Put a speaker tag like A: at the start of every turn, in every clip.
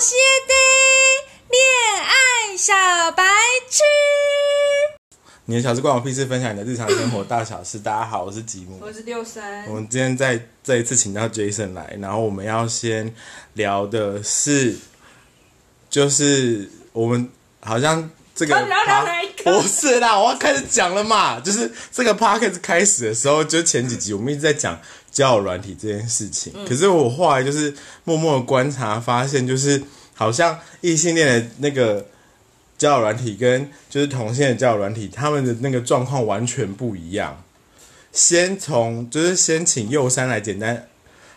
A: 些的恋爱小白痴。
B: 你的小事关我屁事，分享你的日常生活大小事。大家好，我是吉姆。
A: 我是六三
B: 我，们今天再再一次请到 Jason 来，然后我们要先聊的是，就是我们好像这个
A: 哦你要聊哪一
B: pod- 不是啦，我要开始讲了 嘛，就是这个 p o d c a s t 开始的时候，就前几集我们一直在讲交友软体这件事情，可是我后来就是默默的观察发现，就是好像异性恋的那个。交友软体跟就是同性的交友软体，他们的那个状况完全不一样。先从就是先请右山来简单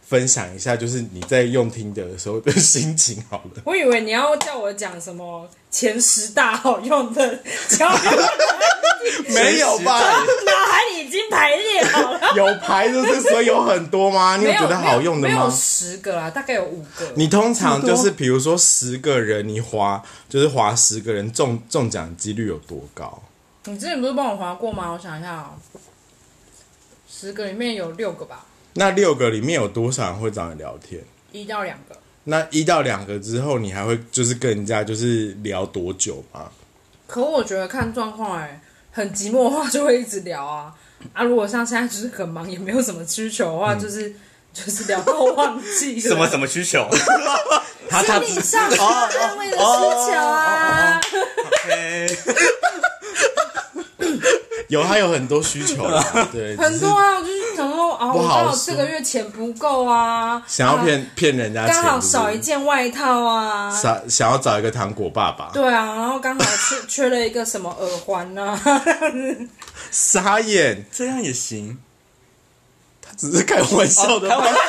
B: 分享一下，就是你在用听的的时候的心情好了。
C: 我以为你要叫我讲什么前十大好 用的交友软体
B: 没有吧？
C: 脑海里已经排列好了。
B: 有牌就是所以有很多吗？你有觉得好用的
C: 没有没有
B: 吗？
C: 十个啦，大概有五个。
B: 你通常就
C: 这
B: 是
C: 么多
B: 比如说十个人，你划就是划十个人中中奖几率有多高？
C: 你之前不是帮我划过吗？我想一下哦，十个里面有六个吧，
B: 那六个里面有多少人会找你聊天？
C: 一到两个，
B: 那一到两个之后，你还会就是跟人家就是聊多久吗？
C: 可我觉得看状况哎，很寂寞的话就会一直聊啊啊！如果像现在就是很忙，也没有什么需求的
B: 嗯
C: 话，就是就是聊到忘记
D: 什么什么 需求？哦
B: 他他
C: 心理上安慰的需求啊。
B: 有他有很多需求 啦，对，只
C: 很
B: 是
C: 多啊，我就是想说啊，
B: 不
C: 我
B: 好
C: 刚好
B: 说
C: 这个月钱不够啊，
B: 想要
C: 啊
B: 骗骗人家钱，
C: 刚好
B: 对不对
C: 少一件外套啊，
B: 想想要找一个糖果爸爸，
C: 对啊，然后刚好 缺缺了一个什么耳环啊，
B: 傻眼，
D: 这样也行？
B: 他只是哦开玩笑的
D: 开
B: 吧。
D: 玩笑。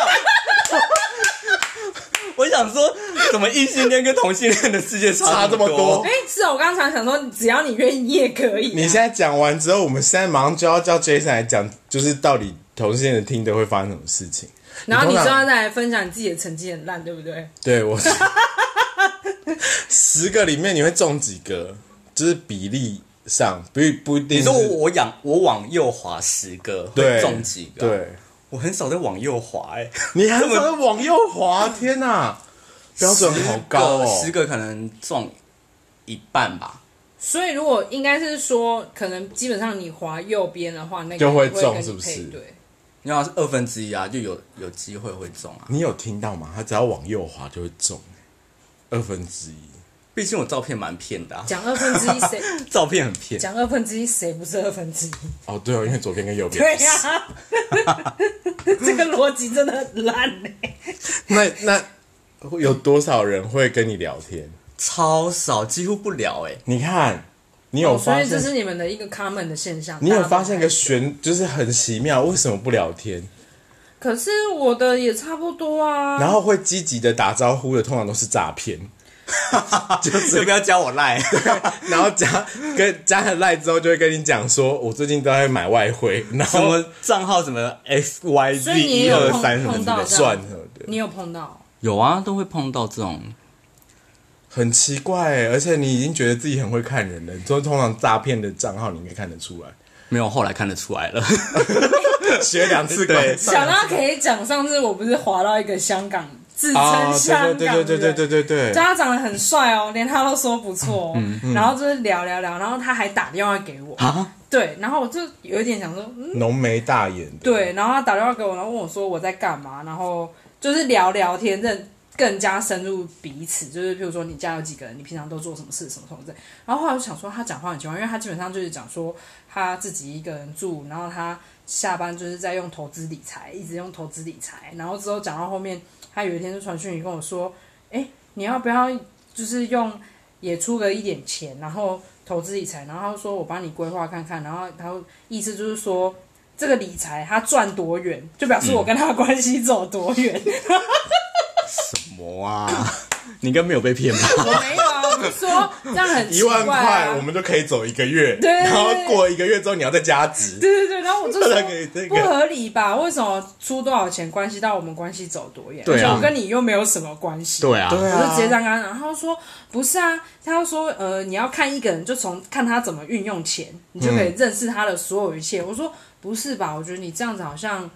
D: 我想说，怎么异性恋跟同性恋的世界
B: 差这
D: 这
B: 么多
C: 哎，是啊我刚才想说，只要你愿意也可以啊、
B: 你现在讲完之后，我们现在马上就要叫 Jason 来讲，就是到底同性恋听的会发生什么事情。
C: 然后你
B: 通
C: 就
B: 常
C: 要再来分享你自己的成绩很烂，对不对？
B: 对我 十个里面你会中几个？就是比例上，不不一定
D: 你
B: 是。
D: 说我往我往右滑十个，
B: 对
D: 会中几个？，
B: 对，
D: 我很少在往右滑， 哎，
B: 你还怎么往右滑？天哪、标准好高哦！
D: 十个十个可能中一半吧。
C: 所以如果应该是说，可能基本上你滑右边的话，那个
B: 就会
C: 会跟
B: 中
C: 你
B: 是不是
C: 配对，
D: 你要是二分之一啊，就有有机会会中啊。
B: 你有听到吗？他只要往右滑就会中二分之一。
D: 毕竟我照片蛮骗的、啊，
C: 讲二分之一 谁？
D: 照片很骗。
C: 讲二分之一谁不是二分之一？
B: 哦，对哦，因为左边跟右边。
C: 对呀、啊，这个逻辑真的很烂哎、
B: 那那有多少人会跟你聊天？
D: 超少，几乎不聊 哎、
B: 你看，你有
C: 哦所
B: 发
C: 以
B: 现？
C: 这是你们的一个 common 的现象。
B: 你
C: 大
B: 有
C: 家
B: 发现一个
C: 都开始？
B: 悬，就是很奇妙，为什么不聊天？
C: 可是我的也差不多啊。
B: 然后会积极的打招呼的，通常都是诈骗。
D: 要不要加我赖？
B: 然后加跟加了赖之后，就会跟你讲说，我最近都在买外汇，然
D: 什
B: 后
D: 么账号什么 X Y
C: 所
D: Z
C: 以你也
D: 一
C: 有
D: 二
C: 碰
D: 三什么
C: 碰
D: 之
C: 到
D: 类
C: 这
D: 的，
C: 样
B: 赚了的，
C: 你有碰到？
D: 有啊，都会碰到这种。
B: 很奇怪欸。而且你已经觉得自己很会看人了，就通常诈骗的账号你应该看得出 来，
D: 没有，后来看得出 来了。
B: 学两次
D: 对
B: 鬼。
C: 想到可以讲，上次我不是滑到一个香港自
B: 啊，
C: 称香
B: 对
C: 港
B: 对对对对
C: 人
B: 对对对
C: 就
B: 对，
C: 他长得很帅哦，连他都说不错哦。
B: 嗯
C: 然后就是聊聊聊，然后他还打电话给我。
D: 啊，
C: 对，然后我就有一点想说，嗯，
B: 浓眉大眼的，
C: 对。然后他打电话给我，然后问我说我在干嘛，然后就是聊聊天，更更加深入彼此。就是譬如说你家有几个人，你平常都做什么事，什么什么之类。然后后来我想说他讲话很奇怪，因为他基本上就是讲说他自己一个人住，然后他下班就是在用投资理财，一直用投资理财。然后之后讲到后面，他有一天就传讯息跟我说：“哎，你要不要就是用也出个一点钱，然后投资理财？”然后他说：“我帮你规划看看。”然后他意思就是说。这个理财他赚多远，就表示我跟他的关系走多 远。
D: 什么啊？你应该没有被骗吧？
C: 我没有啊，我就说这样很奇
B: 一
C: 怪、啊。
B: 万块我们就可以走一个月，
C: 对
B: 然后过一个月之后你要再加值，
C: 对对对，然后我就
B: 大家可以这
C: 说
B: 个
C: 不合理吧？为什么出多少钱关系到我们关系走多远？
D: 对啊
C: 而且我跟你又没有什么关系。
D: 对啊，
B: 对
C: 我就
B: 啊
C: 直接这样跟他讲，然后他说不是啊，他就说呃，你要看一个人，就从看他怎么运用钱，你就可以认识他的所有一切。我说不是吧？我觉得你这样子好像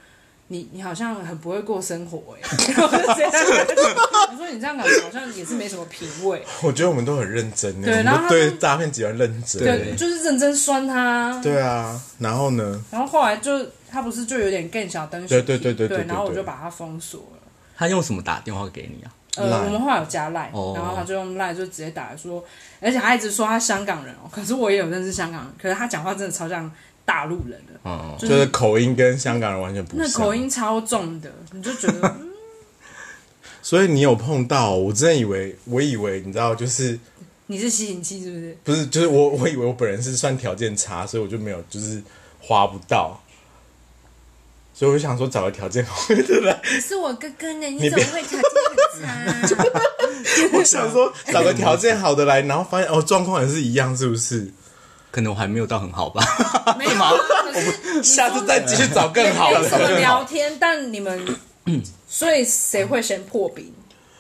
C: 你你好像很不会过生活 哎、欸，我就直接这样跟他讲我说你这样感觉好像也是没什么品味，
B: 我觉得我们都很认真呢，欸
C: 对
B: 我
C: 然
B: 们都
C: 后他们
B: 对诈骗集团认真。
C: 对，就是认真酸他。
B: 对啊，然后呢？
C: 然后后来就他不是就有点更小灯
B: 对对对对对对
C: 然后我就
B: 对
C: 把他封锁了。
D: 他用什么打电话给你啊？
C: 呃，
B: Line
C: 我们后来有加赖，
D: 哦
C: 然后他就用赖就直接打来说，而且他一直说他香港人哦， 可是我也有认识香港人，可是他讲话真的超像大陆人的，
B: 哦
D: 嗯，
C: 就
B: 就是口音跟香港人完全不
C: 那
B: 像，
C: 口音超重的，你就觉得 嗯
B: 所以你有碰到？我真的以为，我以为你知道，就是
C: 你是吸引器是不是？
B: 不是就是我，我以为我本人是算条件差，所以我就没有就是花不到，所以我就想说找个条件好一点的来，
A: 你是我哥哥呢，
B: 你
A: 你
B: 不
A: 怎么会条件很差？
C: 啊
B: 我想说找个条件好的来，然后发现哦状况也是一样，是不 是？
D: 可能我还没有到很好吧。
C: 没有啊，可是 你
B: 下次再继续找更好
C: 没什么
B: 的。
C: 聊天，但你们 所以谁会先破冰？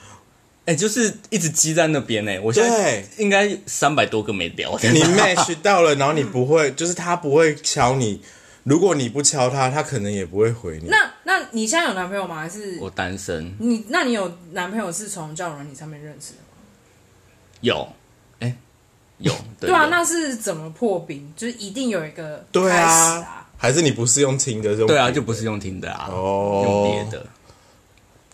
D: 哎、就是一直积在那边哎、我现在应该三百多个没聊的。
B: 你 match 到了，然后你不会，就是他不会敲你。如果你不敲他，他可能也不会回你。
C: 那那你现在有男朋友吗？还是
D: 我单身
C: 你？那你有男朋友是从交友软体上面认识的吗？
D: 有，哎、 有对
C: 对啊，
D: 有
C: 那是怎么破冰？就是一定有一个
B: 对
C: 开始
B: 啊
C: 啊。，
B: 还是你不是用听的这种？
D: 对啊，就不是用听的啊，
B: 哦
D: 用别的。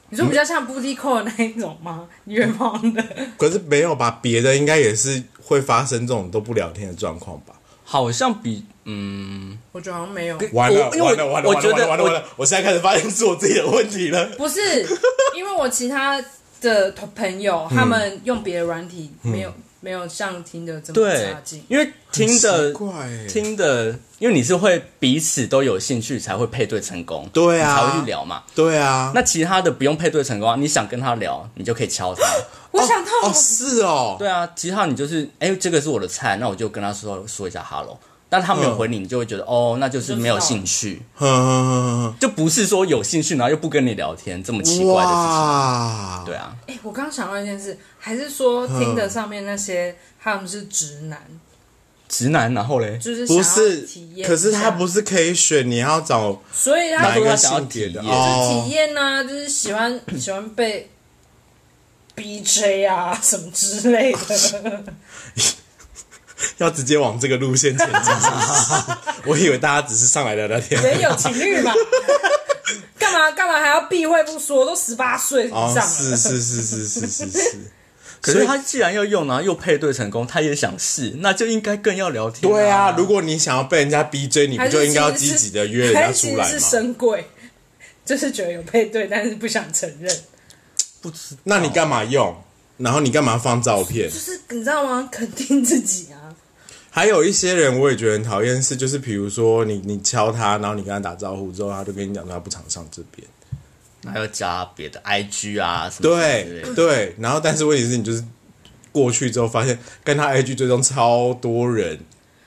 C: 你说比较像 booty call 的那一种吗？远方 的，
B: 可是没有吧？别的应该也是会发生这种都不聊天的状况吧？
D: 好像比嗯，
C: 我觉得好像没有。
B: 完了，
D: 因为我
B: 完了，完了，完
D: 我
B: 了，
D: 觉
B: 完
D: 得
B: 了，完了，
D: 我
B: 完了！我现在开始发现是我自己的问题了。
C: 不是，因为我其他的朋友他们用别的软体没有没有像听的这么
D: 对
C: 差劲，。
D: 因为听的
B: 很奇怪欸
D: 听的，因为你是会彼此都有兴趣才会配对成功，
B: 对啊
D: 你才会去聊嘛。
B: 对啊，
D: 那其他的不用配对成功啊，你想跟他聊，你就可以 敲他。
C: 我想到
B: 哦，是哦，
D: 对啊，其他你就是，哎、这个是我的菜，那我就跟他说说一下 hello。但他没有回你，你就会觉得
B: 嗯
D: 哦，那就是没有兴趣，
B: 哼哼哼哼
D: 就不是说有兴趣，然后又不跟你聊天，这么奇
B: 哼
D: 怪的事情。
B: 哇，
D: 对啊，
C: 哎、我刚刚想到一件事，还是说
B: 嗯
C: 听的上面那些他们是直男，
D: 直男，然后嘞，
C: 就是想
B: 不
C: 要
B: 是
C: 体验一，下，
B: 可是他不是可以选你要找
C: 所以他
B: 哪
D: 哪
B: 一
D: 一
B: 个
D: 个
B: 性
D: 性
B: 别
D: 别
B: 的
D: 的
C: 就是体
B: 哦？
C: 验啊，就是喜欢喜欢被 B J 啊什么之类的。
B: 要直接往这个路线前进。是不是 我以为大家只是上来聊聊天，
C: 人有情侣 嘛？干嘛干嘛还要避讳不说？都十八岁以上
B: 哦，
C: 了，
B: 是是是是是是是。
D: 可
B: 所以
D: 是他既然要用，然后又配对成功，他也想试，那就应该更要聊天、
B: 对
D: 啊
B: 啊，，如果你想要被人家逼追，你不
C: 还
B: 就是应该要
C: 其实
B: 积
C: 是
B: 极的约人家
C: 还是
B: 出来
C: 其实是
B: 吗？
C: 深贵，就是觉得有配对，但是不想承认。
D: 不知
B: 那你干嘛用？然后你干嘛放照 片？
C: 就是你知道吗？肯定自己啊。
B: 还有一些人我也觉得很讨厌，是就是比如说你你敲他，然后你跟他打招呼之后，他就跟你讲他不常上这边。
D: 还要加别的 IG 啊什么之类
B: 对
D: 的
B: 对，然后但是问题是你就是过去之后发现跟他 IG 追踪超多人，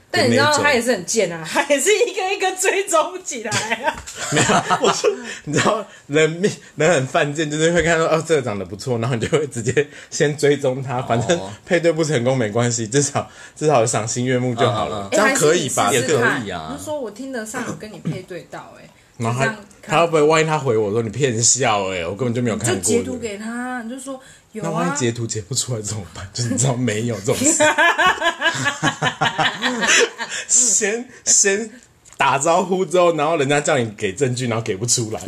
C: 但你知
B: 那
C: 道
B: 种
C: 他也是很贱啊， 他也是一个一个追踪起来啊。
B: 没有，我说你知道人命人很犯贱，就是会看到哦这个长得不错，然后你就会直接先追踪他，反正
D: 哦
B: 配对不成功没关系，至少至少赏心悦目就好
D: 嗯嗯
B: 了
D: 嗯，
B: 这样可以吧？
C: 欸还
D: 也
C: 是
B: 对
C: 你试试看
D: 可以啊
C: 就说我听得上，有跟你配对到、欸，哎，
B: 然后
C: 就这
B: 他
C: 样看
B: 他会不会万一他回我说你骗笑哎、我根本就没有
C: 就
B: 看过
C: 截图
B: 的。
C: 给啊他，你就说有
B: 那万
C: 啊
B: 一，截图截不出来怎么办？ 就是你知道没有这种 事，先先打招呼之后，然后人家叫你给证据，然后给不出来，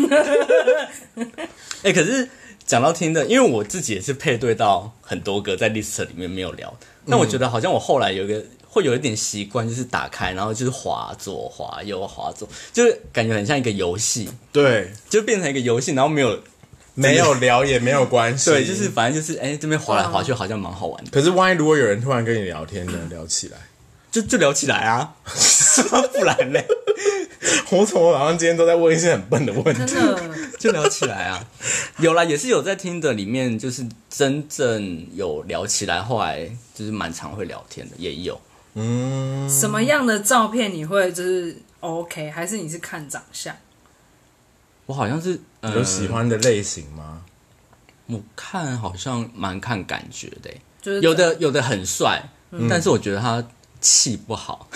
D: 哎、可是讲到听的，因为我自己也是配对到很多个在 list 里面没有聊，那我觉得好像我后来有一个会有一点习惯，就是打开然后就是滑左滑右滑左，就是感觉很像一个游戏，
B: 对，
D: 就变成一个游戏，然后没有
B: 没有聊也没有关系，
D: 对，就是反正就是哎、这边滑来滑去好像蛮好玩的，
B: 可是万一如果有人突然跟你聊天呢，聊起来，
D: 就就聊起来啊， 不然嘞
B: 我怎么好像今天都在问一些很笨的问
C: 真
B: 题？
C: 的。
D: 就聊起来啊，有啦，也是有在听的里面，就是真正有聊起来，后来就是蛮常会聊天的，也有。
B: 嗯，
C: 什么样的照片你会就是 OK，还是你是看长相？
D: 我好像是呃
B: 有喜欢的类型吗？
D: 我看好像蛮看感觉的欸、
C: 就是
D: 有的有的很帅，
C: 嗯
D: 但是我觉得他气 不好，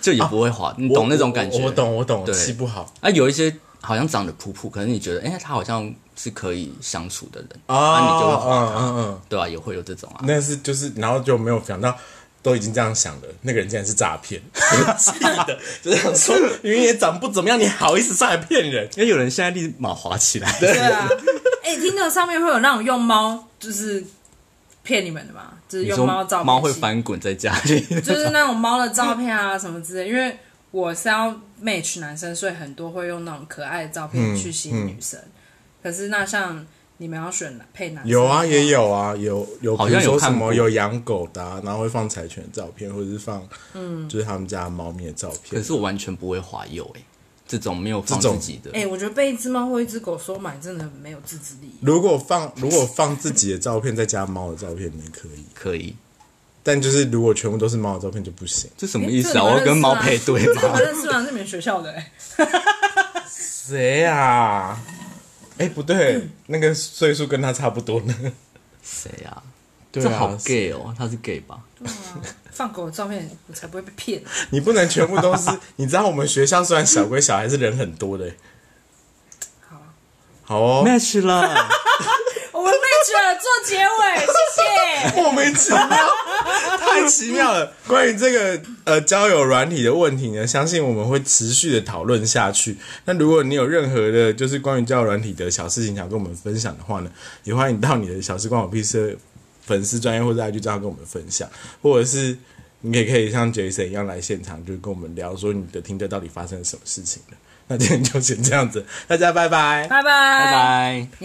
D: 就也不会滑，你懂那种感觉？
B: 我我我懂，我懂，
D: 对
B: 气不好。
D: 啊，有一些好像长得普普，可是你觉得，哎、他好像是可以相处的人，那、
B: 啊
D: 你就会划他，
B: 嗯嗯嗯
D: 对吧、也会有这种啊。
B: 那是就是，然后就没有想到，都已经这样想了，那个人竟然是诈 骗，
D: 是的，就是想说，明明也长不怎么样，你好意思上来骗人？因为有人现在立马滑起来，
C: 对啊，哎、听到上面会有那种用猫就是骗你们的嘛，就是
D: 你
C: 用
D: 说
C: 猫照片，
D: 猫会，翻滚在家里，
C: 就是那种猫的照片啊什么之类。因为我是要 match 男生，所以很多会用那种可爱的照片去吸引女生。
D: 嗯
C: 可是那像你们要选男配男生，
B: 有啊，也。有啊，有有，
D: 好像有
B: 比如说什
D: 看
B: 么
D: 过
B: 有养狗的、啊，然后会放柴犬的照片，或者是放，嗯，就是他们家的猫咪的照片。
D: 可是我完全不会滑右哎、这种没有放
B: 这种
D: 自己的，
C: 哎、我觉得被一只猫或一只狗收买真的没有自制力。
B: 如果放如果放自己的照片再加猫的照片，你可以，
D: 可以，
B: 但就是如果全部都是猫的照片就不行。
D: 这什么意
C: 这
D: 思
C: 你
D: 啊？
C: 们
D: 我要跟猫配
C: 认识吗
D: 对
C: 这我
D: 吗？
C: 认识吗？是你们学校的、哎
B: 谁啊？哎、不对，那个岁数跟他差不多呢。
D: 谁啊？
B: 对
D: 这好 gay 哦，他是 gay 吧？
C: 放狗的照片，我才不会被骗。
B: 你不能全部都是。 你知道我们学校虽然小归小，还是人很多的、
C: 好啊，
B: 好哦，
D: match 了，
C: 我们 match 了，做结尾，谢 谢。
B: 莫名其妙，太奇妙了。关于这个呃交友软体的问题呢，相信我们会持续的讨论下去。那如果你有任何的，就是关于交友软体的小事情想跟我们分享的话呢，也欢迎到你的小事关我屁事粉丝专业或者 IG 账号跟我们分享，或者是。你也可以像 Jason 一样来现场，就是跟我们聊说你的听着到底发生了什么事情了。那今天就先这样子，大家拜拜。
C: 拜拜，拜
D: 拜。拜。